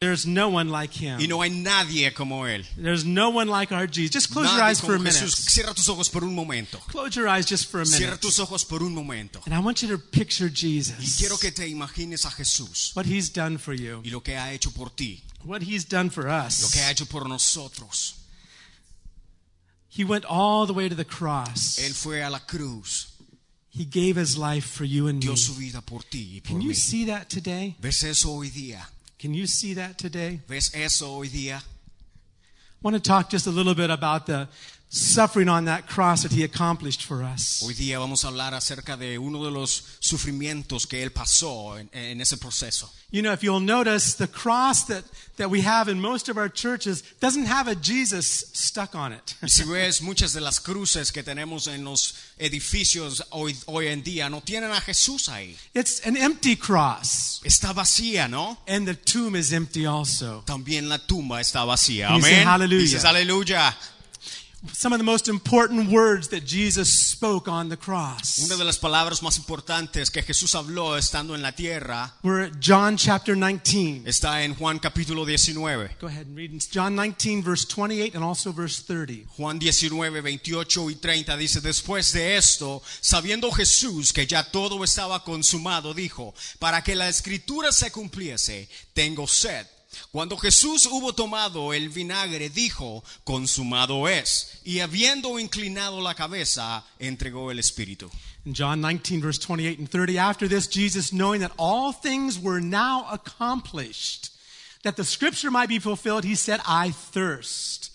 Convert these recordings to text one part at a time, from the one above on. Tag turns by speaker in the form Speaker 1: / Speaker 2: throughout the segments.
Speaker 1: There's no one like him.
Speaker 2: y no hay nadie como Él.
Speaker 1: There's no one like our Jesus. Just close your
Speaker 2: Nadie
Speaker 1: eyes
Speaker 2: como
Speaker 1: for a minute.
Speaker 2: Jesús. Cierra tus ojos por un momento.
Speaker 1: Close your eyes just for a
Speaker 2: Cierra
Speaker 1: minute.
Speaker 2: tus ojos por un momento.
Speaker 1: And I want you to picture
Speaker 2: Y
Speaker 1: Jesus.
Speaker 2: quiero que te imagines a Jesús
Speaker 1: What he's done for you.
Speaker 2: y lo que ha hecho por ti,
Speaker 1: What he's done for
Speaker 2: lo que
Speaker 1: us.
Speaker 2: ha hecho por nosotros.
Speaker 1: He went all the way to the
Speaker 2: Él
Speaker 1: cross.
Speaker 2: fue a la cruz,
Speaker 1: He gave his life for you and me.
Speaker 2: dio su vida por ti y por
Speaker 1: Can you
Speaker 2: mí.
Speaker 1: see that today?
Speaker 2: ¿Ves eso hoy día?
Speaker 1: Can you see that today?
Speaker 2: ¿Ves eso hoy día?
Speaker 1: I want to talk just a little bit about the suffering on that cross that he accomplished for
Speaker 2: Hoy
Speaker 1: us.
Speaker 2: día vamos a hablar acerca de uno de los sufrimientos que él pasó en, en ese proceso.
Speaker 1: You know, if you'll notice, the cross that, that we have in most of our churches doesn't have a Jesus stuck on it.
Speaker 2: Y si ves muchas de las cruces que tenemos en los edificios hoy, hoy en día, no tienen a Jesús ahí.
Speaker 1: It's an empty cross,
Speaker 2: Está vacía, ¿no?
Speaker 1: and the tomb is empty also.
Speaker 2: También la tumba está vacía.
Speaker 1: Dice
Speaker 2: Amén.
Speaker 1: aleluya.
Speaker 2: Dices aleluya.
Speaker 1: Some of the most important words that Jesus spoke on the cross
Speaker 2: Una de las palabras más importantes que Jesús habló estando en la tierra
Speaker 1: were at John chapter 19.
Speaker 2: está en Juan capítulo 19.
Speaker 1: Go ahead and read it. John 19, verse 28, and also verse 30.
Speaker 2: Juan 19, 28 y 30 dice, después de esto, sabiendo Jesús que ya todo estaba consumado, dijo, para que la escritura se cumpliese, tengo sed. Cuando Jesús hubo tomado el vinagre, dijo, consumado es, y habiendo inclinado la cabeza, entregó el espíritu.
Speaker 1: In John 19, verse 28 and 30, after this, Jesus, knowing that all things were now accomplished, that the scripture might be fulfilled, he said, I thirst.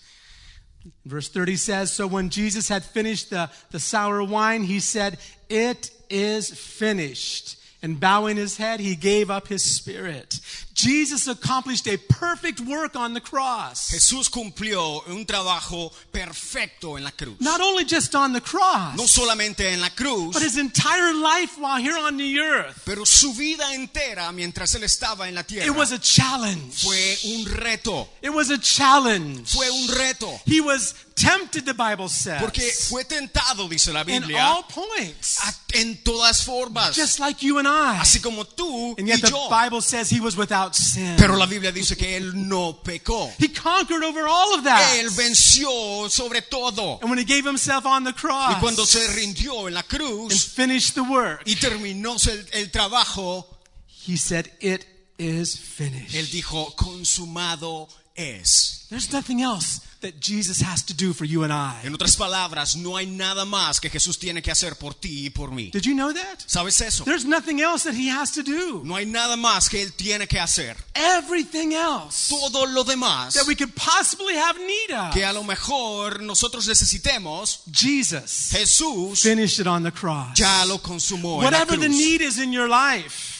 Speaker 1: Verse 30 says, So when Jesus had finished the, the sour wine, he said, It is finished. And bowing his head, he gave up his spirit. Jesus accomplished a perfect work on the cross.
Speaker 2: Jesús cumplió un trabajo perfecto en la cruz.
Speaker 1: Not only just on the
Speaker 2: No
Speaker 1: cross,
Speaker 2: solamente en la cruz,
Speaker 1: but his entire life while here on the earth.
Speaker 2: pero su vida entera mientras él estaba en la
Speaker 1: It
Speaker 2: tierra.
Speaker 1: was a challenge.
Speaker 2: Fue un reto.
Speaker 1: It was a challenge.
Speaker 2: fue un reto.
Speaker 1: He was tempted, the Bible says.
Speaker 2: Porque fue tentado, dice la
Speaker 1: in
Speaker 2: Biblia,
Speaker 1: all points,
Speaker 2: a- en todas formas.
Speaker 1: just like you and I.
Speaker 2: Así como tú
Speaker 1: And
Speaker 2: y
Speaker 1: yet the
Speaker 2: yo.
Speaker 1: Bible says he was without sin.
Speaker 2: Pero la Biblia dice que él no pecó.
Speaker 1: he conquered over all of that.
Speaker 2: Él venció sobre todo.
Speaker 1: and when he gave himself on the cross
Speaker 2: Y cuando se rindió en la
Speaker 1: and
Speaker 2: cruz
Speaker 1: finished the work,
Speaker 2: y terminó el, el trabajo,
Speaker 1: he said, It is finished.
Speaker 2: él dijo, consumado es.
Speaker 1: There's nothing else that Jesus has to do for you and I.
Speaker 2: En otras palabras, no hay nada más que Jesús tiene que hacer por ti y por mí.
Speaker 1: Did you know that?
Speaker 2: ¿Sabes eso?
Speaker 1: There's nothing else that he has to do.
Speaker 2: No hay nada más que él tiene que hacer.
Speaker 1: Everything else
Speaker 2: Todo lo demás
Speaker 1: that we could possibly have need of.
Speaker 2: que a lo mejor nosotros necesitemos,
Speaker 1: Jesus
Speaker 2: Jesús
Speaker 1: finished it on the cross.
Speaker 2: ya lo consumó. en la
Speaker 1: Whatever the
Speaker 2: cruz.
Speaker 1: need is in your life,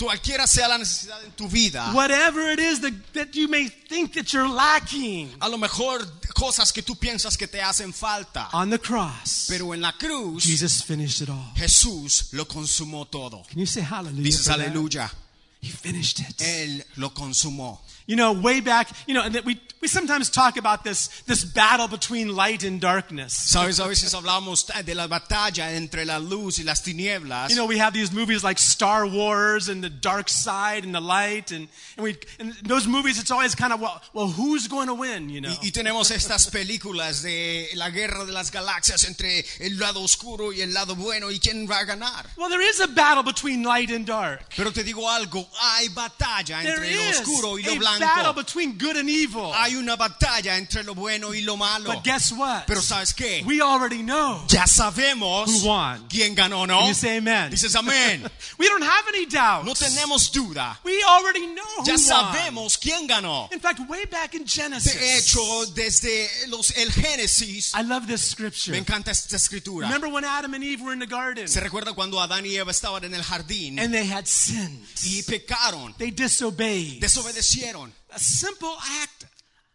Speaker 2: Cualquiera sea la necesidad en tu vida,
Speaker 1: whatever it is that, that you may think that you're lacking,
Speaker 2: a lo mejor cosas que tú piensas que te hacen falta,
Speaker 1: on the cross,
Speaker 2: pero en la cruz
Speaker 1: Jesus finished it all.
Speaker 2: Jesús lo consumó todo.
Speaker 1: Can you say hallelujah?
Speaker 2: Dices
Speaker 1: for that?
Speaker 2: aleluya, Eh.
Speaker 1: He finished it.
Speaker 2: Él lo consumó.
Speaker 1: You know, way back, you know, and that we, we sometimes talk about this, this battle between light and darkness.
Speaker 2: Sabes, a veces hablamos eh, de la batalla entre la luz y las tinieblas.
Speaker 1: You know, we have these movies like Star Wars and the dark side and the light, and, and, we, and those movies, it's always kind of, well, well who's going to win, you know?
Speaker 2: Y, y tenemos estas películas de la guerra de las galaxias entre el lado oscuro y el lado bueno y quién va a ganar.
Speaker 1: Well, there is a battle between light and dark.
Speaker 2: Pero te digo algo, hay batalla
Speaker 1: There
Speaker 2: entre lo
Speaker 1: is
Speaker 2: oscuro y lo
Speaker 1: a battle
Speaker 2: blanco.
Speaker 1: between good and evil.
Speaker 2: Hay una batalla entre lo bueno y lo malo.
Speaker 1: But guess what?
Speaker 2: Pero ¿sabes qué?
Speaker 1: We already know.
Speaker 2: Ya sabemos
Speaker 1: Who won?
Speaker 2: quién ganó,
Speaker 1: Can
Speaker 2: ¿no?
Speaker 1: you say amen?
Speaker 2: Dices amén.
Speaker 1: We don't have any doubts.
Speaker 2: No tenemos duda.
Speaker 1: We already know
Speaker 2: Ya
Speaker 1: who won.
Speaker 2: sabemos quién ganó.
Speaker 1: In fact, way back in Genesis.
Speaker 2: De hecho, desde los, el Génesis,
Speaker 1: I love this
Speaker 2: me
Speaker 1: scripture.
Speaker 2: encanta esta escritura.
Speaker 1: Remember when Adam and Eve were in the garden
Speaker 2: Se recuerda cuando Adán y Eva estaban en el jardín
Speaker 1: and they had sinned.
Speaker 2: y pecaron,
Speaker 1: They disobeyed.
Speaker 2: desobedecieron.
Speaker 1: A simple act,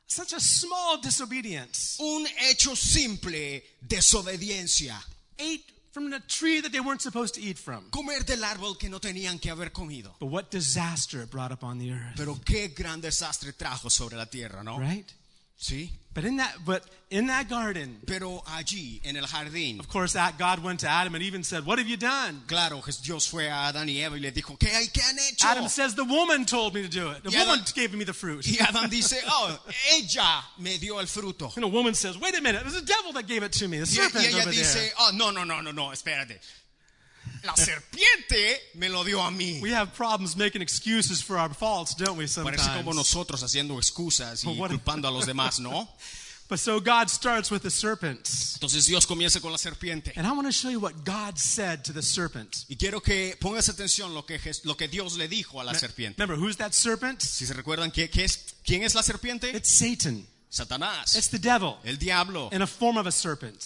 Speaker 1: such a small disobedience.
Speaker 2: Un hecho simple, desobediencia.
Speaker 1: Ate from the tree that they weren't supposed to eat from.
Speaker 2: comer del árbol que no tenían que haber comido.
Speaker 1: But what disaster it brought upon the earth.
Speaker 2: Pero qué gran desastre trajo sobre la tierra, ¿no?
Speaker 1: Right?
Speaker 2: Sí.
Speaker 1: But in that, but in that garden,
Speaker 2: Pero allí, en el jardín,
Speaker 1: of course, that God went to Adam and even said, "What have you done?"
Speaker 2: claro, Jes- Dios fue a Adán y Eva y le dijo, ¿qué hay? ¿Qué han hecho?
Speaker 1: Adam says, "The woman told me to do it. The
Speaker 2: Y Adam-
Speaker 1: woman gave me the fruit."
Speaker 2: y Adán dice, oh, ella me dio el fruto.
Speaker 1: And a woman says, "Wait a minute, it was the devil that gave it to me. The
Speaker 2: Y, y
Speaker 1: serpent
Speaker 2: ella
Speaker 1: over there."
Speaker 2: dice, oh, no, no, no, no, no, espérate. La serpiente me lo dio a mí.
Speaker 1: We have problems making excuses for our faults, don't we?
Speaker 2: Parece como
Speaker 1: Sometimes.
Speaker 2: nosotros haciendo excusas y
Speaker 1: But what-
Speaker 2: culpando a los demás, ¿no?
Speaker 1: But so God starts with the serpent,
Speaker 2: Entonces Dios comienza con la serpiente.
Speaker 1: and I want to show you what God said to the serpent.
Speaker 2: Y quiero que pongas atención lo que, Jes- lo que Dios le dijo a la serpiente.
Speaker 1: Remember, who's that serpent?
Speaker 2: Si se recuerdan, ¿qué, qué es, ¿quién es la serpiente?
Speaker 1: It's Satan. It's
Speaker 2: Satanás,
Speaker 1: the devil
Speaker 2: el diablo,
Speaker 1: in a form of a serpent.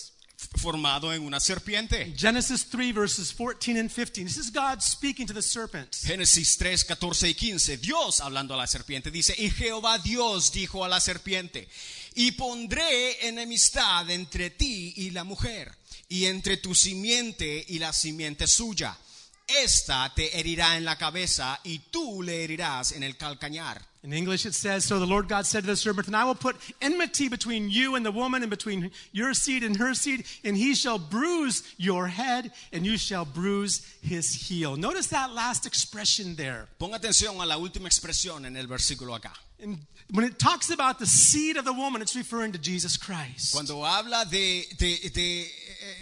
Speaker 2: formado en una serpiente.
Speaker 1: Genesis 3, verses 14 and 15. This is God speaking to the serpent.
Speaker 2: Génesis 3, 14 y 15. Dios hablando a la serpiente dice, y Jehová Dios dijo a la serpiente, y pondré enemistad entre ti y la mujer, y entre tu simiente y la simiente suya. Esta te herirá en la cabeza y tú le herirás en el calcañar.
Speaker 1: In English, it says, So the Lord God said to the serpent, And I will put enmity between you and the woman, and between your seed and her seed, and he shall bruise your head, and you shall bruise his heel. Notice that last expression there.
Speaker 2: Pon atención a la última expresión en el versículo acá.
Speaker 1: And when it talks about the seed of the woman, it's referring to Jesus Christ.
Speaker 2: Cuando habla de, de- de, eh,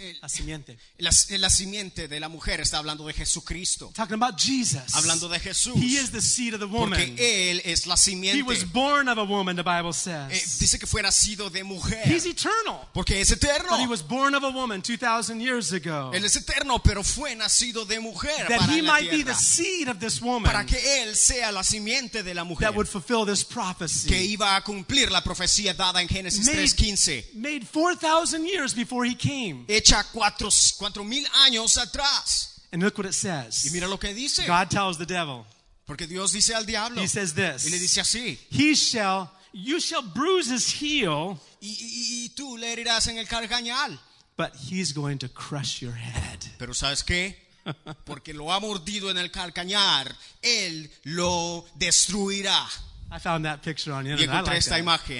Speaker 2: eh,
Speaker 1: La simiente.
Speaker 2: la, la simiente de la mujer, está hablando de Jesucristo.
Speaker 1: Talking about Jesus.
Speaker 2: Hablando de Jesús.
Speaker 1: He is the seed of the woman.
Speaker 2: Porque Él es
Speaker 1: He
Speaker 2: la
Speaker 1: was
Speaker 2: simiente.
Speaker 1: born of a woman, the Bible
Speaker 2: Eh,
Speaker 1: says.
Speaker 2: dice que fue nacido de mujer.
Speaker 1: He's eternal.
Speaker 2: Porque es eterno.
Speaker 1: But he was born of a woman 2,000 years ago.
Speaker 2: Él es eterno, pero fue nacido de mujer
Speaker 1: That
Speaker 2: para,
Speaker 1: he
Speaker 2: la
Speaker 1: might be the
Speaker 2: tierra,
Speaker 1: seed of this woman
Speaker 2: para que Él sea la simiente de la mujer
Speaker 1: that would fulfill this
Speaker 2: que
Speaker 1: prophecy.
Speaker 2: iba a cumplir la profecía dada en Génesis
Speaker 1: Made-
Speaker 2: 3.15,
Speaker 1: Made 4,000 years before he came.
Speaker 2: hecha cuatro, cuatro mil años atrás.
Speaker 1: And look what it
Speaker 2: Y
Speaker 1: says.
Speaker 2: mira lo que dice.
Speaker 1: God tells the devil,
Speaker 2: Porque Dios dice al diablo
Speaker 1: he says
Speaker 2: y le
Speaker 1: this,
Speaker 2: dice así,
Speaker 1: he shall, you shall bruise his heel,
Speaker 2: y, y- y tú le herirás en el cargañal.
Speaker 1: but he's going to crush your head.
Speaker 2: Pero ¿sabes qué? Porque lo ha mordido en el calcañar, él lo destruirá.
Speaker 1: I found that picture on the
Speaker 2: Y
Speaker 1: internet. I
Speaker 2: encontré
Speaker 1: like
Speaker 2: esta
Speaker 1: that.
Speaker 2: imagen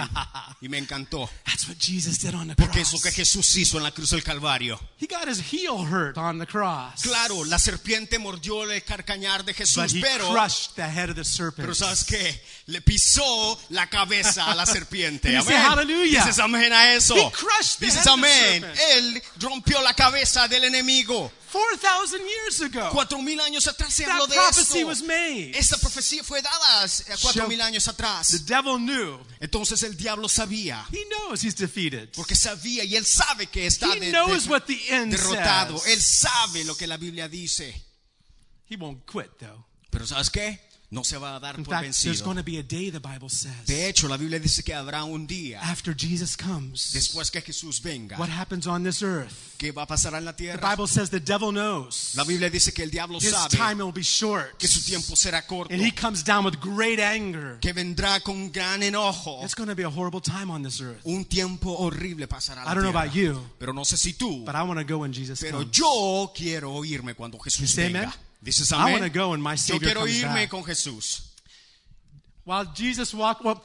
Speaker 2: y me encantó.
Speaker 1: That's what Jesus did on the
Speaker 2: Porque eso que
Speaker 1: cross.
Speaker 2: Jesús hizo en la cruz del Calvario.
Speaker 1: He got his heel hurt on the cross.
Speaker 2: Claro, la serpiente mordió el carcañar de
Speaker 1: But
Speaker 2: Jesús,
Speaker 1: he
Speaker 2: pero,
Speaker 1: crushed the head of the serpent.
Speaker 2: pero ¿sabes qué? Le pisó la cabeza a la serpiente.
Speaker 1: You say,
Speaker 2: Amén.
Speaker 1: "Hallelujah".
Speaker 2: Dices amén a eso.
Speaker 1: He crushed the
Speaker 2: Dices
Speaker 1: head of the
Speaker 2: amén.
Speaker 1: serpent.
Speaker 2: Él rompió la cabeza del enemigo.
Speaker 1: 4,000 years ago,
Speaker 2: Cuatro mil años atrás se habló
Speaker 1: that
Speaker 2: de
Speaker 1: prophecy was
Speaker 2: esto.
Speaker 1: made.
Speaker 2: Esta profecía fue dada eh, cuatro
Speaker 1: Show-
Speaker 2: mil años
Speaker 1: The
Speaker 2: atrás.
Speaker 1: devil knew.
Speaker 2: Entonces el diablo sabía,
Speaker 1: He knows he's defeated.
Speaker 2: porque sabía y él sabe que está de-
Speaker 1: He
Speaker 2: de-
Speaker 1: knows what the end
Speaker 2: derrotado. Él
Speaker 1: says.
Speaker 2: sabe lo que la Biblia dice.
Speaker 1: He won't quit, though.
Speaker 2: Pero ¿sabes qué? No se va a dar
Speaker 1: In
Speaker 2: por
Speaker 1: fact, there's
Speaker 2: vencido.
Speaker 1: going to be a day, the Bible
Speaker 2: De
Speaker 1: says,
Speaker 2: hecho, la Biblia dice que habrá un día
Speaker 1: after Jesus comes,
Speaker 2: después que Jesús venga.
Speaker 1: what happens on this earth?
Speaker 2: ¿Qué va a pasar en la
Speaker 1: The
Speaker 2: tierra?
Speaker 1: Bible says the devil knows
Speaker 2: La Biblia dice que el diablo
Speaker 1: his
Speaker 2: sabe
Speaker 1: time will be short.
Speaker 2: que su tiempo será corto,
Speaker 1: And he comes down with great anger.
Speaker 2: que vendrá con gran enojo.
Speaker 1: It's going to be a horrible time on this earth.
Speaker 2: Un tiempo horrible pasará.
Speaker 1: I
Speaker 2: La
Speaker 1: don't know about
Speaker 2: tierra.
Speaker 1: you,
Speaker 2: Pero no sé si tú,
Speaker 1: but I want to go when Jesus
Speaker 2: pero
Speaker 1: comes.
Speaker 2: yo quiero oírme cuando Jesús
Speaker 1: Ah. say amen?
Speaker 2: venga. Dices
Speaker 1: I want to
Speaker 2: amén.
Speaker 1: go when my
Speaker 2: Yo
Speaker 1: Savior
Speaker 2: quiero
Speaker 1: comes
Speaker 2: irme
Speaker 1: back.
Speaker 2: con Jesús.
Speaker 1: While Jesus walked, well,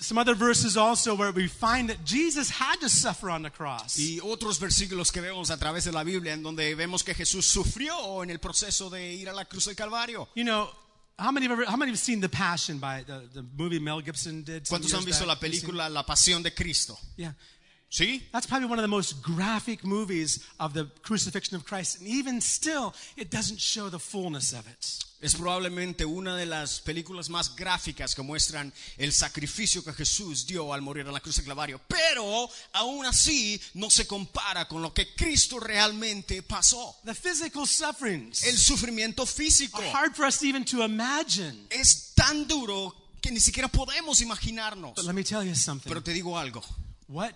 Speaker 1: some other verses also where we find that Jesus had to suffer on the cross.
Speaker 2: Y otros versículos que vemos a través de la Biblia en donde vemos que Jesús sufrió en el proceso de ir a la cruz del Calvario.
Speaker 1: You know, how many have ever, how many have seen The Passion by the, the movie Mel Gibson did? some
Speaker 2: ¿Cuántos han
Speaker 1: years
Speaker 2: visto la
Speaker 1: back? You seen-
Speaker 2: película La Pasión de Cristo?
Speaker 1: Yeah.
Speaker 2: ¿Sí?
Speaker 1: That's probably one of the most graphic movies of the crucifixion of Christ. And even still, it doesn't show the fullness of it.
Speaker 2: Es probablemente una de las películas más gráficas que muestran el sacrificio que Jesús dio al morir en la cruz del Calvario. Pero aún así no se compara con lo que Cristo realmente pasó.
Speaker 1: The physical sufferings.
Speaker 2: El sufrimiento físico
Speaker 1: are hard for us even to imagine.
Speaker 2: es tan duro que ni siquiera podemos imaginarnos.
Speaker 1: But let me tell you something.
Speaker 2: Pero te digo algo.
Speaker 1: What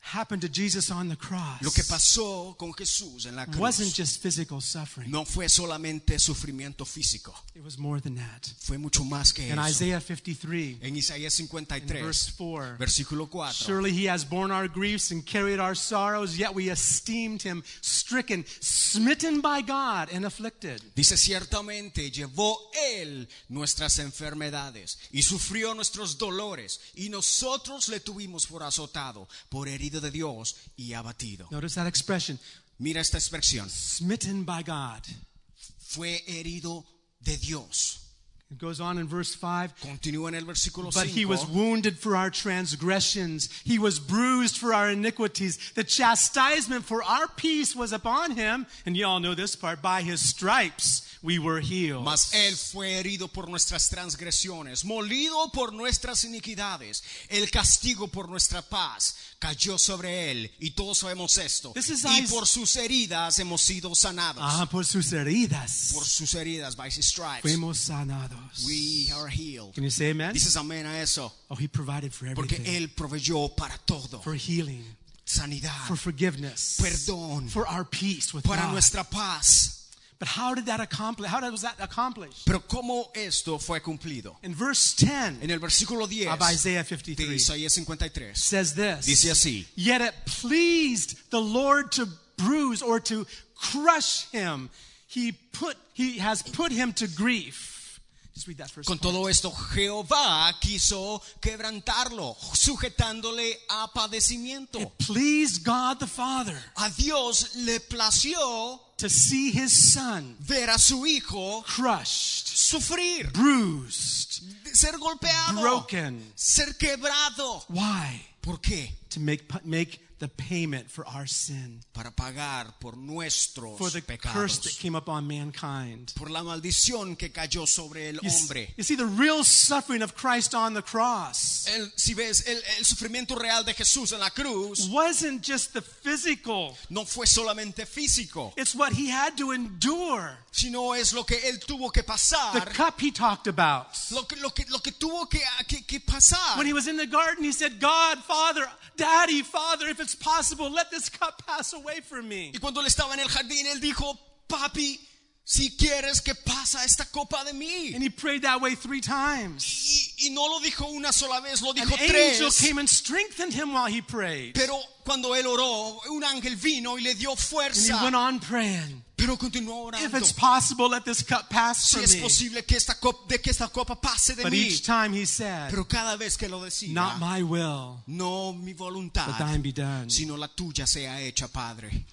Speaker 1: happened to Jesus on the cross
Speaker 2: Lo que pasó con Jesús en la
Speaker 1: wasn't
Speaker 2: cruz
Speaker 1: just physical suffering,
Speaker 2: no fue solamente sufrimiento físico,
Speaker 1: it was more than that.
Speaker 2: fue mucho más que
Speaker 1: In
Speaker 2: eso.
Speaker 1: Isaiah 53,
Speaker 2: En Isaías
Speaker 1: in verse
Speaker 2: 53,
Speaker 1: 4,
Speaker 2: versículo 4.
Speaker 1: surely he has borne our griefs and carried our sorrows, yet we esteemed him stricken, smitten by God, and afflicted.
Speaker 2: Dice ciertamente, llevó él nuestras enfermedades y sufrió nuestros dolores y nosotros le tuvimos por azotado, por herido de Dios y abatido.
Speaker 1: Notice that expression,
Speaker 2: Mira esta expresión,
Speaker 1: smitten by God.
Speaker 2: fue herido de Dios.
Speaker 1: It goes on in verse 5.
Speaker 2: Continúa en el versículo
Speaker 1: But he was
Speaker 2: 5.
Speaker 1: wounded for our transgressions. He was bruised for our iniquities. The chastisement for our peace was upon him. And you all know this part. By his stripes we were healed.
Speaker 2: Mas él fue herido por nuestras transgresiones, molido por nuestras iniquidades, el castigo por nuestra paz cayó sobre él, y todos sabemos esto.
Speaker 1: This is
Speaker 2: Y
Speaker 1: Isa-
Speaker 2: por sus heridas hemos sido sanados.
Speaker 1: Ah, por sus
Speaker 2: Por
Speaker 1: heridas
Speaker 2: sus heridas, by his stripes,
Speaker 1: fuimos sanados.
Speaker 2: we are healed.
Speaker 1: Can you say amen?
Speaker 2: Dices amén a eso,
Speaker 1: Oh, he provided for
Speaker 2: porque
Speaker 1: everything.
Speaker 2: él proveyó para todo,
Speaker 1: For healing,
Speaker 2: sanidad,
Speaker 1: for forgiveness,
Speaker 2: Ah, perdón,
Speaker 1: for our peace with
Speaker 2: para
Speaker 1: God.
Speaker 2: nuestra paz.
Speaker 1: But how did that accomplish? How was that accomplished?
Speaker 2: Pero cómo esto fue cumplido.
Speaker 1: In verse 10
Speaker 2: En el versículo 10
Speaker 1: of Isaiah
Speaker 2: de
Speaker 1: 53.
Speaker 2: Isaías 53.
Speaker 1: says this.
Speaker 2: Dice así.
Speaker 1: Yet it pleased the Lord to bruise or to crush him. He put he has put him to grief. Just read that first.
Speaker 2: Con todo esto, Jehová quiso quebrantarlo, sujetándole a
Speaker 1: It
Speaker 2: padecimiento.
Speaker 1: pleased God the Father
Speaker 2: A Dios le plació
Speaker 1: to see his son
Speaker 2: ver a su hijo
Speaker 1: crushed,
Speaker 2: sufrir,
Speaker 1: bruised,
Speaker 2: ser golpeado,
Speaker 1: broken.
Speaker 2: ser quebrado.
Speaker 1: Why?
Speaker 2: ¿Por qué?
Speaker 1: To make pu- make the payment for our sin,
Speaker 2: Para pagar por nuestros
Speaker 1: for the curse that
Speaker 2: pecados,
Speaker 1: came upon mankind.
Speaker 2: por la maldición que cayó sobre el
Speaker 1: You s-
Speaker 2: hombre.
Speaker 1: you see the real suffering of Christ on the cross.
Speaker 2: El- si ves el, el sufrimiento real de Jesús en la cruz,
Speaker 1: wasn't just the physical,
Speaker 2: no fue solamente físico,
Speaker 1: it's what he had to endure.
Speaker 2: sino es lo que él tuvo que
Speaker 1: The
Speaker 2: pasar
Speaker 1: cup he talked about.
Speaker 2: lo que, lo que, lo que tuvo que, ah, que- que pasar.
Speaker 1: When he was in the garden, he said, God, Father, Daddy, Father, if it's possible, let this cup pass away from me.
Speaker 2: Y cuando él estaba en el jardín, él dijo, papi, si quieres que pasa esta copa de mí.
Speaker 1: And he prayed that way three times.
Speaker 2: Y, y no lo dijo una sola vez, lo
Speaker 1: An
Speaker 2: dijo
Speaker 1: angel
Speaker 2: tres.
Speaker 1: came and strengthened him while he prayed.
Speaker 2: Pero cuando él oró, un ángel vino y le dio
Speaker 1: And he
Speaker 2: fuerza.
Speaker 1: went on praying.
Speaker 2: Pero continuó
Speaker 1: If
Speaker 2: orando.
Speaker 1: it's possible, let this cup pass
Speaker 2: Si
Speaker 1: from
Speaker 2: es
Speaker 1: me.
Speaker 2: posible que esta copa, de que esta copa pase de
Speaker 1: But
Speaker 2: mí.
Speaker 1: each time he said,
Speaker 2: Pero cada vez que lo
Speaker 1: Not
Speaker 2: decía,
Speaker 1: my will,
Speaker 2: no mi
Speaker 1: but
Speaker 2: voluntad,
Speaker 1: thine be done.
Speaker 2: sino la tuya sea hecha, Padre.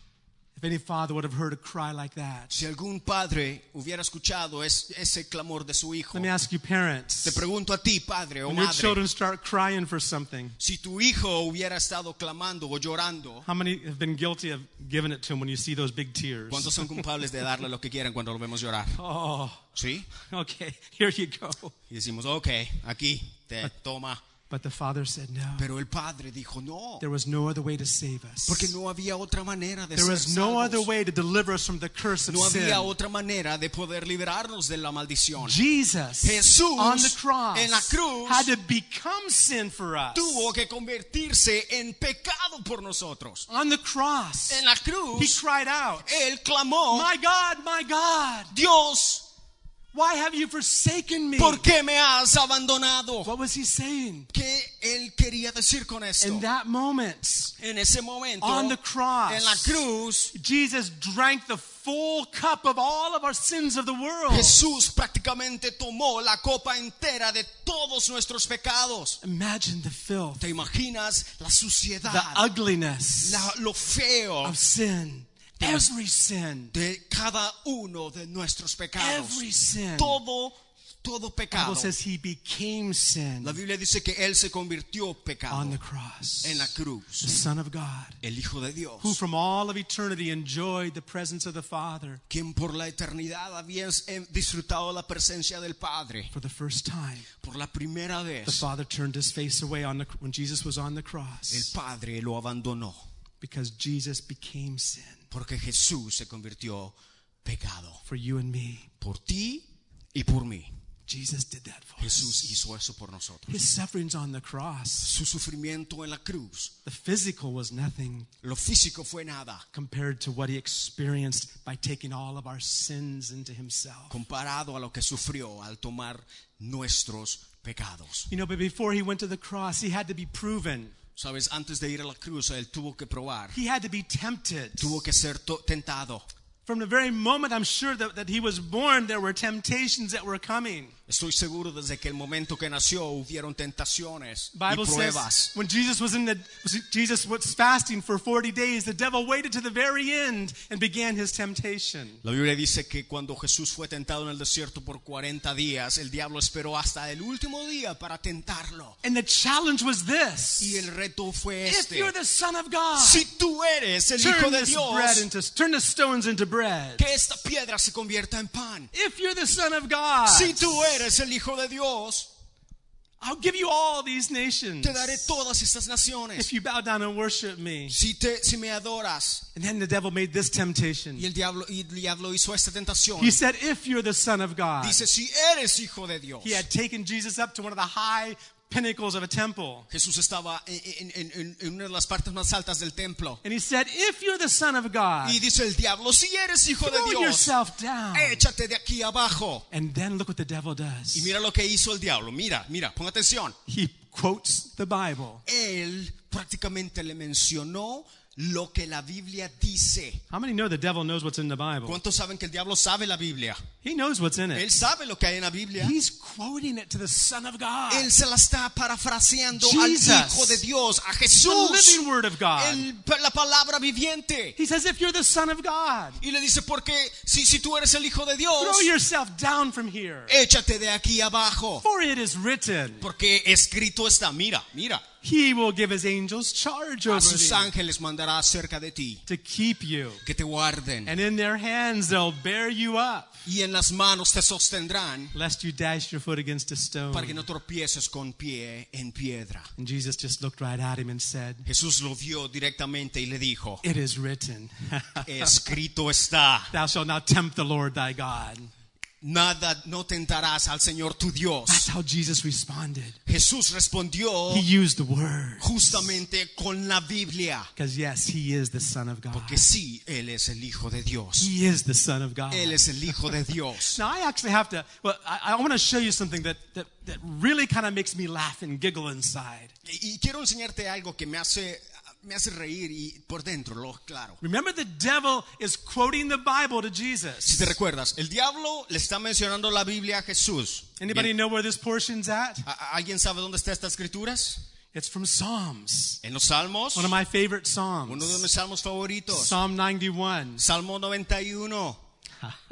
Speaker 1: If any father would have heard a cry like that.
Speaker 2: Si algún padre hubiera escuchado es- ese clamor de su hijo,
Speaker 1: Let me ask you, parents.
Speaker 2: Te pregunto a ti, padre o
Speaker 1: When your
Speaker 2: madre,
Speaker 1: children start crying for something,
Speaker 2: si tu hijo hubiera estado clamando o llorando,
Speaker 1: how many have been guilty of giving it to them when you see those big
Speaker 2: ¿cuántos
Speaker 1: tears?
Speaker 2: son culpables de darle lo que quieran cuando lo vemos llorar?
Speaker 1: Oh,
Speaker 2: ¿Sí?
Speaker 1: okay, here you go.
Speaker 2: Y decimos, ok, aquí, te toma.
Speaker 1: But the father said, No,
Speaker 2: Pero el padre dijo, no,
Speaker 1: there was no other way to save us.
Speaker 2: porque no había otra manera de
Speaker 1: There
Speaker 2: ser
Speaker 1: was no other
Speaker 2: salvos.
Speaker 1: way to deliver us from the curse of
Speaker 2: No había
Speaker 1: sin.
Speaker 2: otra manera de poder liberarnos de la maldición.
Speaker 1: Jesus
Speaker 2: Jesús
Speaker 1: on the cross
Speaker 2: en la cruz
Speaker 1: had to become sin for us.
Speaker 2: Tuvo que convertirse en pecado por nosotros.
Speaker 1: On the cross,
Speaker 2: En la
Speaker 1: he
Speaker 2: cruz,
Speaker 1: cried out,
Speaker 2: él clamó,
Speaker 1: My God, my God,
Speaker 2: Dios,
Speaker 1: why have you forsaken me?
Speaker 2: ¿por qué me has abandonado?
Speaker 1: What was he saying?
Speaker 2: ¿Qué él quería decir con esto?
Speaker 1: In that moment,
Speaker 2: En ese momento,
Speaker 1: On the cross.
Speaker 2: en la cruz,
Speaker 1: Jesus drank the full cup of all of our sins of the world.
Speaker 2: Jesús prácticamente tomó la copa entera de todos nuestros pecados.
Speaker 1: Imagine the filth,
Speaker 2: ¿Te imaginas la suciedad,
Speaker 1: the ugliness
Speaker 2: la- lo feo
Speaker 1: of sin. Every sin.
Speaker 2: de cada uno de nuestros pecados?
Speaker 1: Every sin. The
Speaker 2: Todo, todo
Speaker 1: Bible
Speaker 2: pecado.
Speaker 1: says he became sin
Speaker 2: La Biblia dice que él se convirtió
Speaker 1: on
Speaker 2: pecado
Speaker 1: the cross.
Speaker 2: en la
Speaker 1: The
Speaker 2: cruz.
Speaker 1: Son of God,
Speaker 2: El Hijo de Dios,
Speaker 1: who from all of eternity enjoyed the presence of the Father
Speaker 2: quien por la eternidad había eh, disfrutado la presencia del Padre
Speaker 1: for the first time.
Speaker 2: por la primera
Speaker 1: The
Speaker 2: vez.
Speaker 1: Father turned his face away on the, when Jesus was on the
Speaker 2: El
Speaker 1: cross
Speaker 2: Padre lo abandonó
Speaker 1: because Jesus became sin
Speaker 2: porque Jesús se convirtió pecado
Speaker 1: for you and me.
Speaker 2: por ti y por mí.
Speaker 1: Jesus did that for us.
Speaker 2: Jesús hizo eso por nosotros.
Speaker 1: His sufferings on the cross,
Speaker 2: Su sufrimiento en la cruz,
Speaker 1: the physical was nothing
Speaker 2: lo físico fue nada
Speaker 1: compared to what he experienced by taking all of our sins into himself.
Speaker 2: comparado a lo que sufrió al tomar nuestros pecados.
Speaker 1: You know, but before he went to the cross, he had to be proven.
Speaker 2: Sabes, antes de ir a la cruz, él tuvo que probar,
Speaker 1: He had to be tempted.
Speaker 2: tuvo que ser to- tentado.
Speaker 1: From the very moment I'm sure that, that he was born, there were temptations that were coming.
Speaker 2: Estoy seguro desde que el momento que nació hubieron tentaciones
Speaker 1: Bible
Speaker 2: y
Speaker 1: says
Speaker 2: pruebas.
Speaker 1: when Jesus was in the Jesus was fasting for 40 days, the devil waited to the very end and began his temptation.
Speaker 2: La Biblia dice que cuando Jesús fue tentado en el desierto por 40 días, el diablo esperó hasta el último día para tentarlo.
Speaker 1: And the challenge was
Speaker 2: Y el
Speaker 1: this.
Speaker 2: reto fue
Speaker 1: If
Speaker 2: este.
Speaker 1: you're the son of God,
Speaker 2: Si tú eres el Hijo
Speaker 1: turn
Speaker 2: de
Speaker 1: this bread
Speaker 2: Dios,
Speaker 1: into turn the stones into bread.
Speaker 2: que esta piedra se convierta en pan.
Speaker 1: If you're the son of God,
Speaker 2: Si tú eres el Hijo de Dios,
Speaker 1: I'll give you all these nations.
Speaker 2: te daré todas estas naciones.
Speaker 1: If you bow down and worship me.
Speaker 2: Si, te, si me adoras.
Speaker 1: And then the devil made this temptation.
Speaker 2: Y el diablo, y el diablo hizo esta tentación.
Speaker 1: He said, If you're the son of God,
Speaker 2: Dice, si eres Hijo de Dios.
Speaker 1: he had taken Jesus up to one of the high pinnacles of a temple.
Speaker 2: Jesús estaba en, en- en- en una de las partes más altas del templo.
Speaker 1: And he said, If you're the Son of God,
Speaker 2: Y dice el diablo, si eres hijo de
Speaker 1: throw
Speaker 2: Dios,
Speaker 1: yourself down.
Speaker 2: échate de aquí abajo.
Speaker 1: And then look what the devil
Speaker 2: Y
Speaker 1: does.
Speaker 2: mira lo que hizo el diablo. Mira, mira, pon atención.
Speaker 1: He quotes the Bible.
Speaker 2: Él prácticamente le mencionó lo que la Biblia dice.
Speaker 1: How many know the devil knows what's in the Bible?
Speaker 2: ¿Cuántos saben que el diablo sabe la Biblia?
Speaker 1: He knows what's in
Speaker 2: Él
Speaker 1: it.
Speaker 2: sabe lo que hay en la Biblia.
Speaker 1: He's quoting it to the Son of God,
Speaker 2: Él se la está parafraseando
Speaker 1: Jesus.
Speaker 2: al Hijo de Dios, a
Speaker 1: the
Speaker 2: Jesús,
Speaker 1: living Word of God.
Speaker 2: el- la palabra viviente.
Speaker 1: He says, If you're the Son of God,
Speaker 2: Y le dice, porque si, si tú eres el Hijo de Dios,
Speaker 1: throw yourself down from here.
Speaker 2: échate de aquí abajo.
Speaker 1: For it is written,
Speaker 2: Porque escrito está, mira, mira,
Speaker 1: He will give His angels charge
Speaker 2: a
Speaker 1: over
Speaker 2: sus
Speaker 1: thee
Speaker 2: ángeles mandará cerca de ti,
Speaker 1: to keep you.
Speaker 2: que te guarden,
Speaker 1: And in their hands they'll bear you up,
Speaker 2: y en las manos te sostendrán,
Speaker 1: lest you dash your foot against a stone.
Speaker 2: para que no tropieces con pie en piedra.
Speaker 1: And Jesus just looked right at him and said,
Speaker 2: Jesús lo vio directamente y le dijo,
Speaker 1: It is written,
Speaker 2: escrito está,
Speaker 1: Thou shalt not tempt the Lord thy God.
Speaker 2: nada, no tentarás al Señor tu
Speaker 1: That's
Speaker 2: Dios.
Speaker 1: how Jesus responded.
Speaker 2: Jesús respondió
Speaker 1: He used the word.
Speaker 2: justamente con la Biblia,
Speaker 1: Because, yes, he is the Son of God.
Speaker 2: que sí, Él es el Hijo de Dios,
Speaker 1: He is the Son of God.
Speaker 2: Él es el Hijo de Dios.
Speaker 1: Now, I actually have to, well, I, I want to show you something that, that, that really kind of makes me laugh and giggle inside.
Speaker 2: Y y quiero enseñarte algo que me hace, me hace reír y por dentro, lo claro.
Speaker 1: Remember, the devil is quoting the Bible to
Speaker 2: Si te
Speaker 1: Jesus.
Speaker 2: recuerdas, el diablo le está mencionando la Biblia a Jesús.
Speaker 1: Anybody
Speaker 2: Bien.
Speaker 1: know where this portion's at?
Speaker 2: ¿A- a- ¿Alguien sabe dónde está estas escrituras?
Speaker 1: It's from Psalms,
Speaker 2: En los Salmos.
Speaker 1: one of my favorite
Speaker 2: Uno de
Speaker 1: Psalms.
Speaker 2: mis salmos favoritos.
Speaker 1: Psalm 91.
Speaker 2: Salmo 91.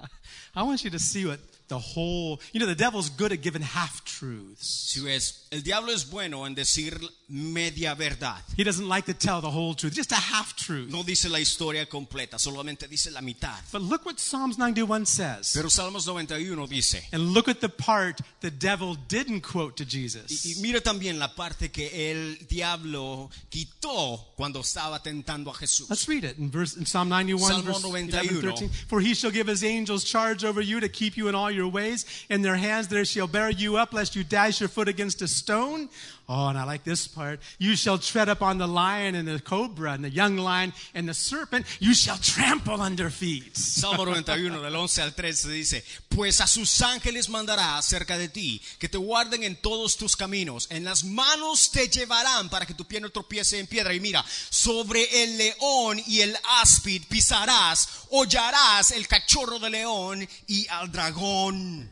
Speaker 1: I want you to see what the whole, you know, the devil's good at giving half truths.
Speaker 2: Si ves, el diablo es bueno en decir media verdad.
Speaker 1: He doesn't like to tell the whole truth, just a half truth.
Speaker 2: No dice la historia completa, solamente dice la mitad.
Speaker 1: But look what Psalms 91 says.
Speaker 2: Pero Salmos 91 dice.
Speaker 1: And look at the part the devil didn't quote to
Speaker 2: Y, y
Speaker 1: Jesus.
Speaker 2: mira también la parte que el diablo quitó cuando estaba tentando a Jesús.
Speaker 1: Let's read it in verse in Psalm 91
Speaker 2: Salmo
Speaker 1: verse 11,
Speaker 2: 91.
Speaker 1: 13. For he shall give his angels charge over you to keep you in all your ways, and their hands there shall bear you up lest you dash your foot against a stone. Oh, and I like this part. You shall tread upon the lion and the cobra and the young lion and the serpent. You shall trample under feet.
Speaker 2: Salmo 91, del 11 al 13 dice, pues a sus ángeles mandará cerca de ti, que te guarden en todos tus caminos, en las manos te llevarán para que tu pie no tropiece en piedra. Y mira, sobre el león y el áspid pisarás, hollarás el cachorro de león y al dragón.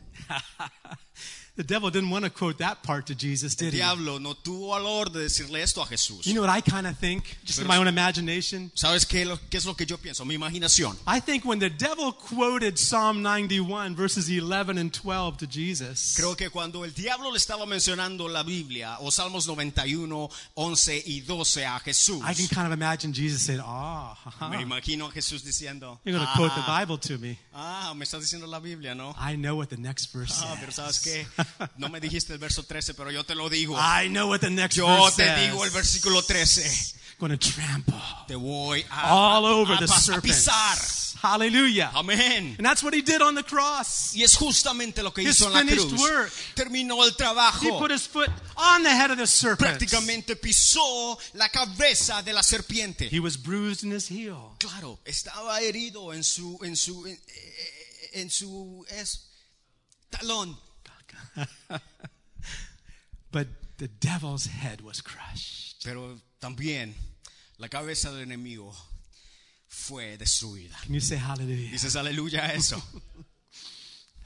Speaker 1: The devil didn't want to quote that part to Jesus, did he?
Speaker 2: Diablo no tuvo valor de decirle esto a Jesús.
Speaker 1: You know what I kind of think, just in my own imagination?
Speaker 2: ¿Sabes qué, lo- qué es lo que yo pienso? Mi imaginación.
Speaker 1: I think when the devil quoted Psalm 91, verses 11 and 12 to Jesus,
Speaker 2: Creo que cuando el diablo le estaba mencionando la Biblia o Salmos 91, 11 y 12 a Jesús,
Speaker 1: I can kind of imagine Jesus saying, Ah, haha,
Speaker 2: me imagino a Jesús diciendo,
Speaker 1: you're going to quote the Ah,
Speaker 2: ah,
Speaker 1: Bible to me.
Speaker 2: ah, me estás diciendo la Biblia, ¿no?
Speaker 1: I know what the next verse
Speaker 2: Ah, pero sabes
Speaker 1: says.
Speaker 2: qué, no me dijiste el verso 13, pero yo te lo digo.
Speaker 1: I know what the next
Speaker 2: Yo
Speaker 1: verse
Speaker 2: te
Speaker 1: says.
Speaker 2: digo el versículo 13.
Speaker 1: Going to trample
Speaker 2: Te voy a,
Speaker 1: all
Speaker 2: a-
Speaker 1: over
Speaker 2: a-
Speaker 1: the
Speaker 2: a
Speaker 1: serpent.
Speaker 2: pisar
Speaker 1: Hallelujah.
Speaker 2: Amén.
Speaker 1: And that's what he did on the cross.
Speaker 2: Y es justamente lo que
Speaker 1: His
Speaker 2: hizo en la
Speaker 1: finished
Speaker 2: cruz.
Speaker 1: work.
Speaker 2: Terminó el
Speaker 1: He
Speaker 2: trabajo.
Speaker 1: put his foot on the head of the serpent.
Speaker 2: Prácticamente pisó la cabeza de la serpiente.
Speaker 1: He was bruised in his heel.
Speaker 2: Claro, estaba herido en su en su en, eh, en su es- talón,
Speaker 1: But the devil's head was crushed.
Speaker 2: pero también la cabeza del enemigo fue destruida.
Speaker 1: Can you say hallelujah?
Speaker 2: Dices aleluya a eso.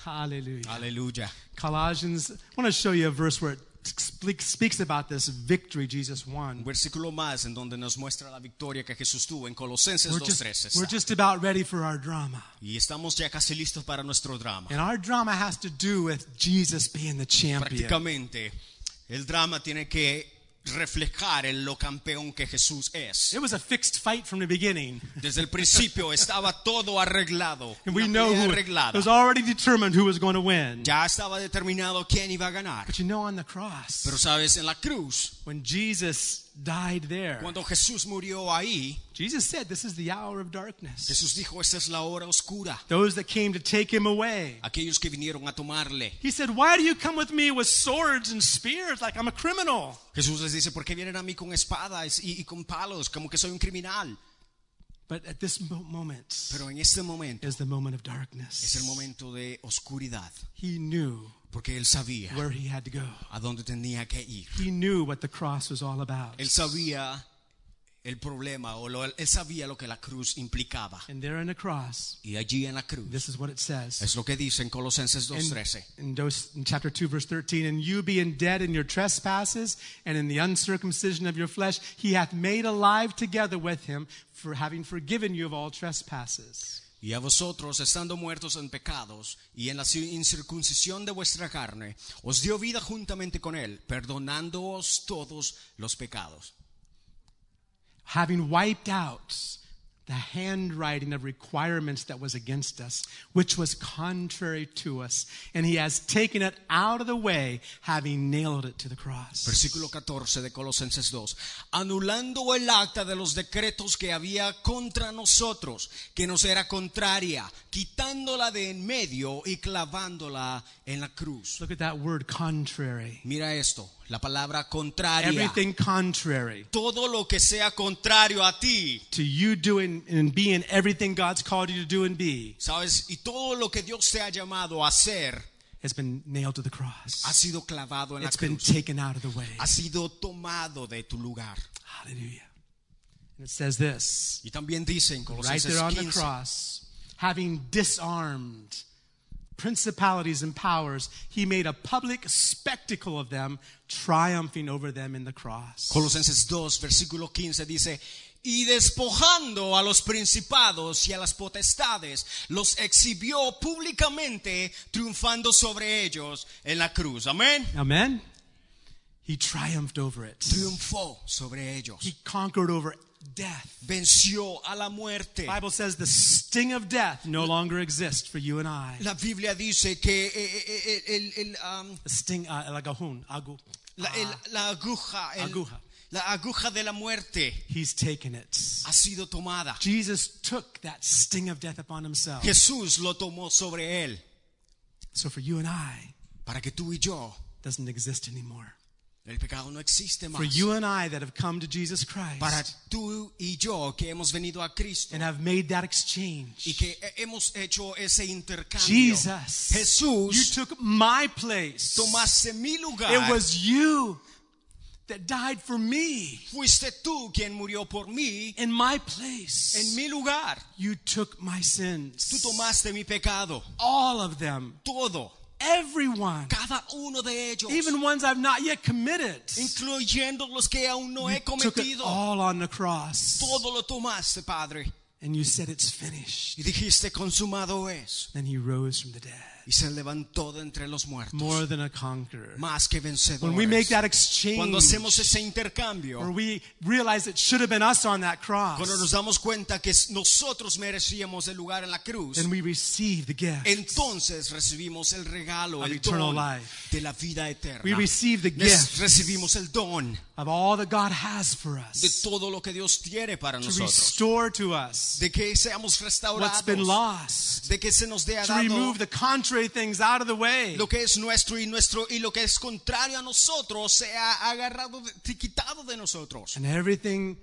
Speaker 1: Hallelujah.
Speaker 2: aleluya.
Speaker 1: Colossians, I want to show you a verse where it speak- speaks about this victory Jesus
Speaker 2: Un
Speaker 1: won.
Speaker 2: versículo más en donde nos muestra la victoria que Jesús tuvo en Colosenses
Speaker 1: We're just,
Speaker 2: 2:13.
Speaker 1: we're
Speaker 2: está.
Speaker 1: just about ready for our drama.
Speaker 2: Y estamos ya casi listos para nuestro drama.
Speaker 1: And our drama has to do with Jesus being the champion.
Speaker 2: Prácticamente el drama tiene que reflejar en lo campeón que Jesús es.
Speaker 1: It was a fixed fight from the beginning.
Speaker 2: Desde el principio estaba todo arreglado.
Speaker 1: And we
Speaker 2: una
Speaker 1: know
Speaker 2: pelea
Speaker 1: who it
Speaker 2: arreglada.
Speaker 1: was already determined who was going to win.
Speaker 2: Ya estaba determinado quién iba a ganar.
Speaker 1: But you know, on the cross,
Speaker 2: Pero sabes, en la cruz,
Speaker 1: when Jesus died there,
Speaker 2: cuando Jesús murió ahí,
Speaker 1: Jesus said, This is the hour of darkness.
Speaker 2: Jesús dijo, esta es la hora oscura.
Speaker 1: Those that came to take him away.
Speaker 2: Aquellos que vinieron a tomarle.
Speaker 1: He said, Why do you come with me with swords and spears like I'm a criminal?
Speaker 2: Jesús les dice, ¿por qué vienen a mí con espadas y, y con palos? Como que soy un criminal.
Speaker 1: But at this mo- moment
Speaker 2: Pero en este momento
Speaker 1: is the moment of
Speaker 2: es el
Speaker 1: darkness.
Speaker 2: momento de oscuridad.
Speaker 1: He knew
Speaker 2: Porque él sabía
Speaker 1: where he had to go.
Speaker 2: a dónde tenía que ir.
Speaker 1: He knew what the cross was all about.
Speaker 2: Él sabía el problema o lo- él sabía lo que la cruz implicaba.
Speaker 1: And there in the cross,
Speaker 2: Y allí en la cruz
Speaker 1: this is what it says.
Speaker 2: es lo que dice en Colosenses
Speaker 1: In,
Speaker 2: 2.13.
Speaker 1: in, those, in chapter 2, verse 13, and you being dead in your trespasses and in the uncircumcision of your flesh, he hath made alive together with him, for having forgiven you of all trespasses.
Speaker 2: Y a vosotros, estando muertos en pecados y en la incircuncisión de vuestra carne, os dio vida juntamente con él, perdonándoos todos los pecados.
Speaker 1: having wiped out the handwriting of requirements that was against us, which was contrary to us, and he has taken it out of the way, having nailed it to the cross.
Speaker 2: Versículo 14 de Colosenses 2. Anulando el acta de los decretos que había contra nosotros, que nos era contraria, quitándola de en medio y clavándola en la cruz.
Speaker 1: Look at that word contrary.
Speaker 2: Mira esto, la palabra contraria.
Speaker 1: Everything contrary
Speaker 2: Todo lo que sea contrario a ti.
Speaker 1: to you doing and being everything God's called you to do and be
Speaker 2: ¿Sabes? Y todo lo que Dios te ha llamado a hacer
Speaker 1: has been nailed to the
Speaker 2: ha
Speaker 1: cross.
Speaker 2: sido clavado en la
Speaker 1: It's been
Speaker 2: cruz.
Speaker 1: taken out of the way.
Speaker 2: Ha sido tomado de tu lugar.
Speaker 1: Hallelujah. And it says this.
Speaker 2: Y también dice en
Speaker 1: right
Speaker 2: Colosenses
Speaker 1: there on the
Speaker 2: 15,
Speaker 1: cross, having disarmed principalities and powers, he made a public spectacle of them, triumphing over them in the cross.
Speaker 2: Colosenses 2, versículo 15 dice, y despojando a los principados y a las potestades, los exhibió públicamente, triunfando sobre ellos en la cruz. Amén.
Speaker 1: Amen. He triumphed over it.
Speaker 2: Triunfó sobre ellos.
Speaker 1: He conquered over death.
Speaker 2: Venció a la muerte.
Speaker 1: The Bible says the sting of death no longer exists for you and I.
Speaker 2: La Biblia dice que eh, eh, eh, el- el, um,
Speaker 1: The sting, uh, like a hoon, agu. uh,
Speaker 2: La, el- la aguja, el-
Speaker 1: Ah. Aguja.
Speaker 2: la aguja de la muerte
Speaker 1: He's taken it.
Speaker 2: ha sido tomada.
Speaker 1: Jesus took that sting of death upon himself.
Speaker 2: Jesús lo tomó sobre él
Speaker 1: So for you and I,
Speaker 2: para que tú y yo
Speaker 1: doesn't exist anymore.
Speaker 2: el pecado no existe más.
Speaker 1: For you and I that have come to Jesus Christ
Speaker 2: para tú y yo que hemos venido a Cristo
Speaker 1: and have made that
Speaker 2: y
Speaker 1: exchange.
Speaker 2: que eh, hemos hecho ese intercambio.
Speaker 1: Jesus, you
Speaker 2: Jesús,
Speaker 1: took my place.
Speaker 2: tomaste mi lugar.
Speaker 1: It was you that died for me
Speaker 2: Fuiste tú quien murió por mí
Speaker 1: in my
Speaker 2: en
Speaker 1: place.
Speaker 2: mi lugar.
Speaker 1: You took my
Speaker 2: Tú
Speaker 1: sins.
Speaker 2: tomaste mi pecado,
Speaker 1: All of them.
Speaker 2: todo,
Speaker 1: Everyone.
Speaker 2: cada uno de ellos,
Speaker 1: Even ones I've not yet committed.
Speaker 2: incluyendo los que aún no he
Speaker 1: Took it
Speaker 2: cometido.
Speaker 1: all on the cross.
Speaker 2: Todo lo tomaste, Padre.
Speaker 1: And you said it's finished.
Speaker 2: Y dijiste, consumado es.
Speaker 1: Then he rose from the dead.
Speaker 2: y se levantó de entre los muertos,
Speaker 1: more than a conqueror.
Speaker 2: más que vencedor.
Speaker 1: When we make that
Speaker 2: Cuando
Speaker 1: exchange,
Speaker 2: hacemos ese
Speaker 1: or
Speaker 2: intercambio,
Speaker 1: we realize it should have been us on that
Speaker 2: cuando nos
Speaker 1: cross,
Speaker 2: damos cuenta que nosotros merecíamos el lugar en la cruz,
Speaker 1: then we receive the gift.
Speaker 2: entonces recibimos el regalo,
Speaker 1: Of
Speaker 2: el
Speaker 1: eternal
Speaker 2: don
Speaker 1: life.
Speaker 2: de la vida eterna.
Speaker 1: We receive the
Speaker 2: Nes-
Speaker 1: gift
Speaker 2: Recibimos el don
Speaker 1: of all that God has for
Speaker 2: de
Speaker 1: us
Speaker 2: todo lo que Dios tiene para
Speaker 1: to
Speaker 2: nosotros,
Speaker 1: restore to us
Speaker 2: de que seamos
Speaker 1: what's been
Speaker 2: restaurados,
Speaker 1: lost,
Speaker 2: de que se nos dé
Speaker 1: to
Speaker 2: dado
Speaker 1: remove the contrary things out of the way.
Speaker 2: lo que es nuestro y nuestro y lo que es contrario a nosotros sea agarrado de- quitado de nosotros
Speaker 1: and everything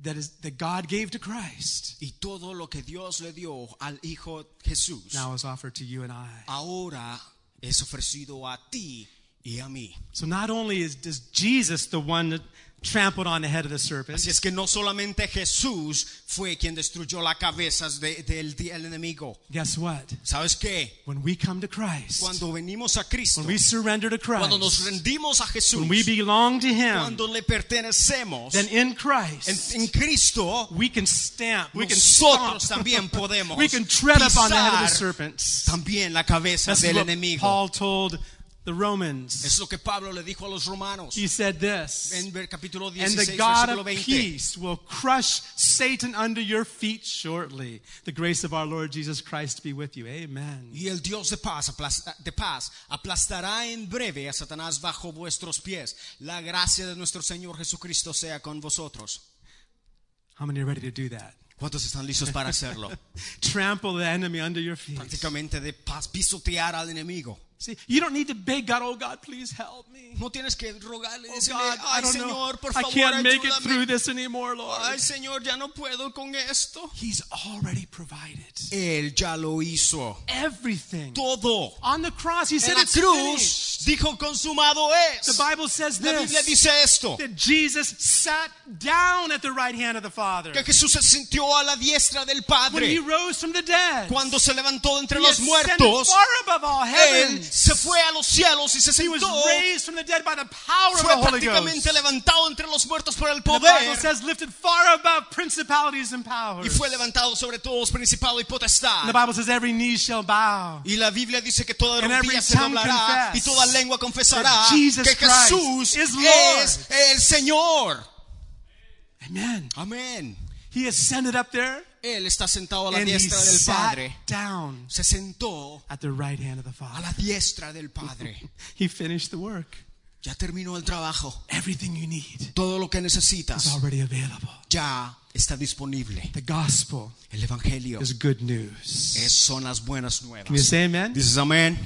Speaker 1: that is that God gave to Christ
Speaker 2: y todo lo que Dios le dio al hijo Jesús
Speaker 1: now is offered to you and I.
Speaker 2: ahora es ofrecido a ti y a mí
Speaker 1: So not only is does Jesus the one that trampled on the head of the serpent,
Speaker 2: así es que no solamente Jesús fue quien destruyó las cabezas de- del del enemigo
Speaker 1: guess what?
Speaker 2: sabes qué
Speaker 1: When we come to Christ,
Speaker 2: cuando venimos a Cristo
Speaker 1: when we surrender to
Speaker 2: cuando nos
Speaker 1: Christ,
Speaker 2: rendimos a Jesús
Speaker 1: when we belong to Him,
Speaker 2: cuando le pertenecemos
Speaker 1: then in
Speaker 2: en,
Speaker 1: Christ
Speaker 2: en Cristo
Speaker 1: we can stamp, we can
Speaker 2: nosotros
Speaker 1: stomp,
Speaker 2: también podemos
Speaker 1: we can tread upon the head of the
Speaker 2: pisar
Speaker 1: serpent.
Speaker 2: también la cabeza
Speaker 1: That's
Speaker 2: del
Speaker 1: what
Speaker 2: enemigo.
Speaker 1: Paul told the Romans.
Speaker 2: Es lo que Pablo le dijo a los romanos
Speaker 1: He said this.
Speaker 2: en ver- capítulo
Speaker 1: And
Speaker 2: 16,
Speaker 1: the God
Speaker 2: versículo
Speaker 1: of
Speaker 2: 20.
Speaker 1: peace will crush Satan under your feet shortly. The grace of our Lord Jesus Christ be with you. Amen.
Speaker 2: Y el Dios de paz, aplasta- de paz aplastará en breve a Satanás bajo vuestros pies. La gracia de nuestro Señor Jesucristo sea con vosotros.
Speaker 1: How many are ready to do that?
Speaker 2: ¿Cuántos están listos para hacerlo?
Speaker 1: Trample the enemy under your feet.
Speaker 2: Prácticamente de paz, pisotear al enemigo.
Speaker 1: See, you don't need to beg God, oh God, please help me.
Speaker 2: No tienes que rogarle,
Speaker 1: Oh
Speaker 2: decirle,
Speaker 1: God, I
Speaker 2: ay
Speaker 1: don't know.
Speaker 2: Señor, por
Speaker 1: I
Speaker 2: favor,
Speaker 1: can't make it
Speaker 2: ayúdame.
Speaker 1: through this anymore, Lord.
Speaker 2: Ay Señor, ya no puedo con esto.
Speaker 1: He's already provided
Speaker 2: Él ya lo hizo.
Speaker 1: everything.
Speaker 2: Todo.
Speaker 1: On the cross, he
Speaker 2: En
Speaker 1: said
Speaker 2: la
Speaker 1: it's finished.
Speaker 2: cruz dijo consumado
Speaker 1: The
Speaker 2: es.
Speaker 1: Bible says
Speaker 2: La Biblia
Speaker 1: this,
Speaker 2: dice esto,
Speaker 1: that Jesus sat down at the right hand of the Father.
Speaker 2: que Jesús se sintió a la diestra del
Speaker 1: when he
Speaker 2: Padre
Speaker 1: rose from the dead.
Speaker 2: cuando se levantó de entre
Speaker 1: he
Speaker 2: los
Speaker 1: ascended
Speaker 2: muertos.
Speaker 1: far above all
Speaker 2: Él
Speaker 1: heavens.
Speaker 2: se fue a los cielos y se
Speaker 1: He was
Speaker 2: sentó.
Speaker 1: raised from the dead by the power of
Speaker 2: Fue
Speaker 1: the Holy Ghost.
Speaker 2: prácticamente levantado entre los muertos por el
Speaker 1: the Bible
Speaker 2: poder
Speaker 1: says lifted far above principalities and powers.
Speaker 2: y fue levantado sobre todos principado y
Speaker 1: And the
Speaker 2: potestad.
Speaker 1: Bible says every knee shall bow.
Speaker 2: Y la Biblia dice que toda
Speaker 1: And every
Speaker 2: rodilla se
Speaker 1: tongue
Speaker 2: doblará
Speaker 1: confess
Speaker 2: y toda lengua confesará
Speaker 1: that Jesus
Speaker 2: que
Speaker 1: Christ
Speaker 2: Jesús
Speaker 1: is Lord.
Speaker 2: es el Señor.
Speaker 1: Amen.
Speaker 2: Amén.
Speaker 1: He ascended up there
Speaker 2: Él está sentado a la
Speaker 1: and he
Speaker 2: diestra del
Speaker 1: sat
Speaker 2: Padre.
Speaker 1: down
Speaker 2: Se sentó
Speaker 1: at the right hand of the
Speaker 2: a
Speaker 1: Father.
Speaker 2: la diestra del Padre.
Speaker 1: He finished the work.
Speaker 2: Ya terminó el trabajo.
Speaker 1: Everything you need
Speaker 2: Todo lo que
Speaker 1: is
Speaker 2: necesitas
Speaker 1: already available.
Speaker 2: ya está disponible.
Speaker 1: The gospel
Speaker 2: El Evangelio
Speaker 1: is good news.
Speaker 2: es- son las buenas
Speaker 1: Can you
Speaker 2: nuevas.
Speaker 1: say amen?
Speaker 2: Dices amén.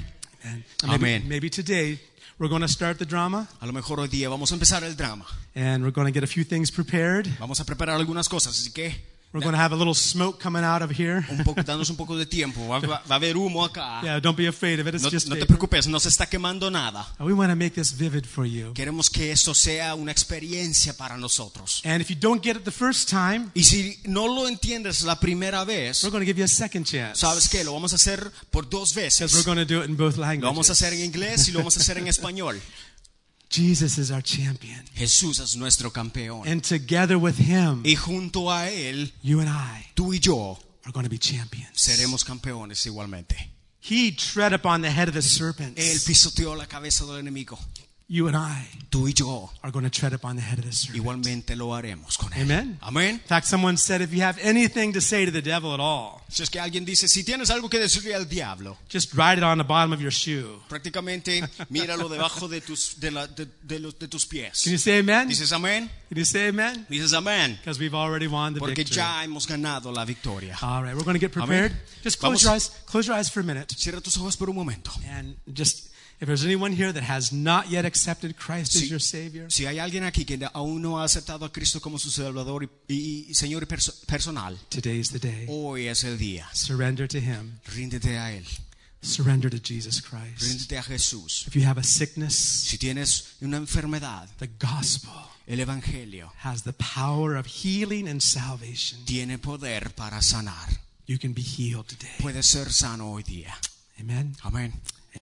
Speaker 1: And maybe,
Speaker 2: Amen.
Speaker 1: maybe today we're going to start the drama
Speaker 2: A lo mejor hoy día vamos a empezar el drama.
Speaker 1: and we're going to get a few things prepared.
Speaker 2: Vamos a preparar algunas cosas, así que
Speaker 1: We're going to have a little smoke coming out of here.
Speaker 2: un poco, danos un poco de tiempo. Va, va- va a haber humo acá.
Speaker 1: Yeah, don't be afraid of it. It's
Speaker 2: No,
Speaker 1: just
Speaker 2: no te
Speaker 1: paper.
Speaker 2: preocupes, no se está quemando nada.
Speaker 1: We want to make this vivid for you.
Speaker 2: Queremos que esto sea una experiencia para nosotros.
Speaker 1: And if you don't get it the first time,
Speaker 2: Y si no lo entiendes la primera vez,
Speaker 1: we're going to give you a second chance.
Speaker 2: ¿Sabes qué? Lo vamos a hacer por dos
Speaker 1: Because we're
Speaker 2: veces.
Speaker 1: going to do it in both
Speaker 2: Lo vamos a
Speaker 1: languages.
Speaker 2: hacer en inglés y lo vamos a hacer en español.
Speaker 1: Jesus is our champion.
Speaker 2: Jesús es nuestro campeón.
Speaker 1: And together with him,
Speaker 2: Y junto a Él,
Speaker 1: you and I
Speaker 2: tú y yo
Speaker 1: are going to be champions.
Speaker 2: seremos campeones igualmente.
Speaker 1: He tread upon the head of the
Speaker 2: Él
Speaker 1: serpent.
Speaker 2: pisoteó la cabeza del enemigo.
Speaker 1: You and I
Speaker 2: Tú y yo
Speaker 1: are going to tread upon the head of the serpent.
Speaker 2: igualmente lo haremos con Él.
Speaker 1: Amen.
Speaker 2: Amén.
Speaker 1: In fact, someone said, if you have anything to say to the devil at all,
Speaker 2: Si es que alguien dice, si tienes algo que decirle al diablo,
Speaker 1: just write it on the bottom of your shoe.
Speaker 2: prácticamente míralo debajo de tus, de la- de- de los- de tus pies.
Speaker 1: Can you say amen? Can
Speaker 2: Dices amén.
Speaker 1: you say amen?
Speaker 2: Dices amén.
Speaker 1: Because we've already won the
Speaker 2: Porque
Speaker 1: victory.
Speaker 2: ya hemos ganado la victoria.
Speaker 1: All right, we're going to get prepared.
Speaker 2: Amén.
Speaker 1: Just close
Speaker 2: Vamos.
Speaker 1: your eyes. Close your eyes for a minute.
Speaker 2: Cierra tus ojos por un momento.
Speaker 1: And just, if there's anyone here that has not yet accepted Christ
Speaker 2: Sí.
Speaker 1: as your Savior,
Speaker 2: Si hay alguien aquí que aún no ha aceptado a Cristo como su Salvador y, y- y Señor perso- personal,
Speaker 1: today's the day.
Speaker 2: hoy es el día.
Speaker 1: Surrender to Him.
Speaker 2: Ríndete a Él,
Speaker 1: Surrender to Jesus Christ.
Speaker 2: ríndete a Jesús.
Speaker 1: If you have a sickness,
Speaker 2: Si tienes una enfermedad,
Speaker 1: the gospel
Speaker 2: el Evangelio
Speaker 1: has the power of healing and salvation.
Speaker 2: tiene poder para sanar.
Speaker 1: You can be healed today.
Speaker 2: Puedes ser sano hoy día.
Speaker 1: Amen.
Speaker 2: Amén.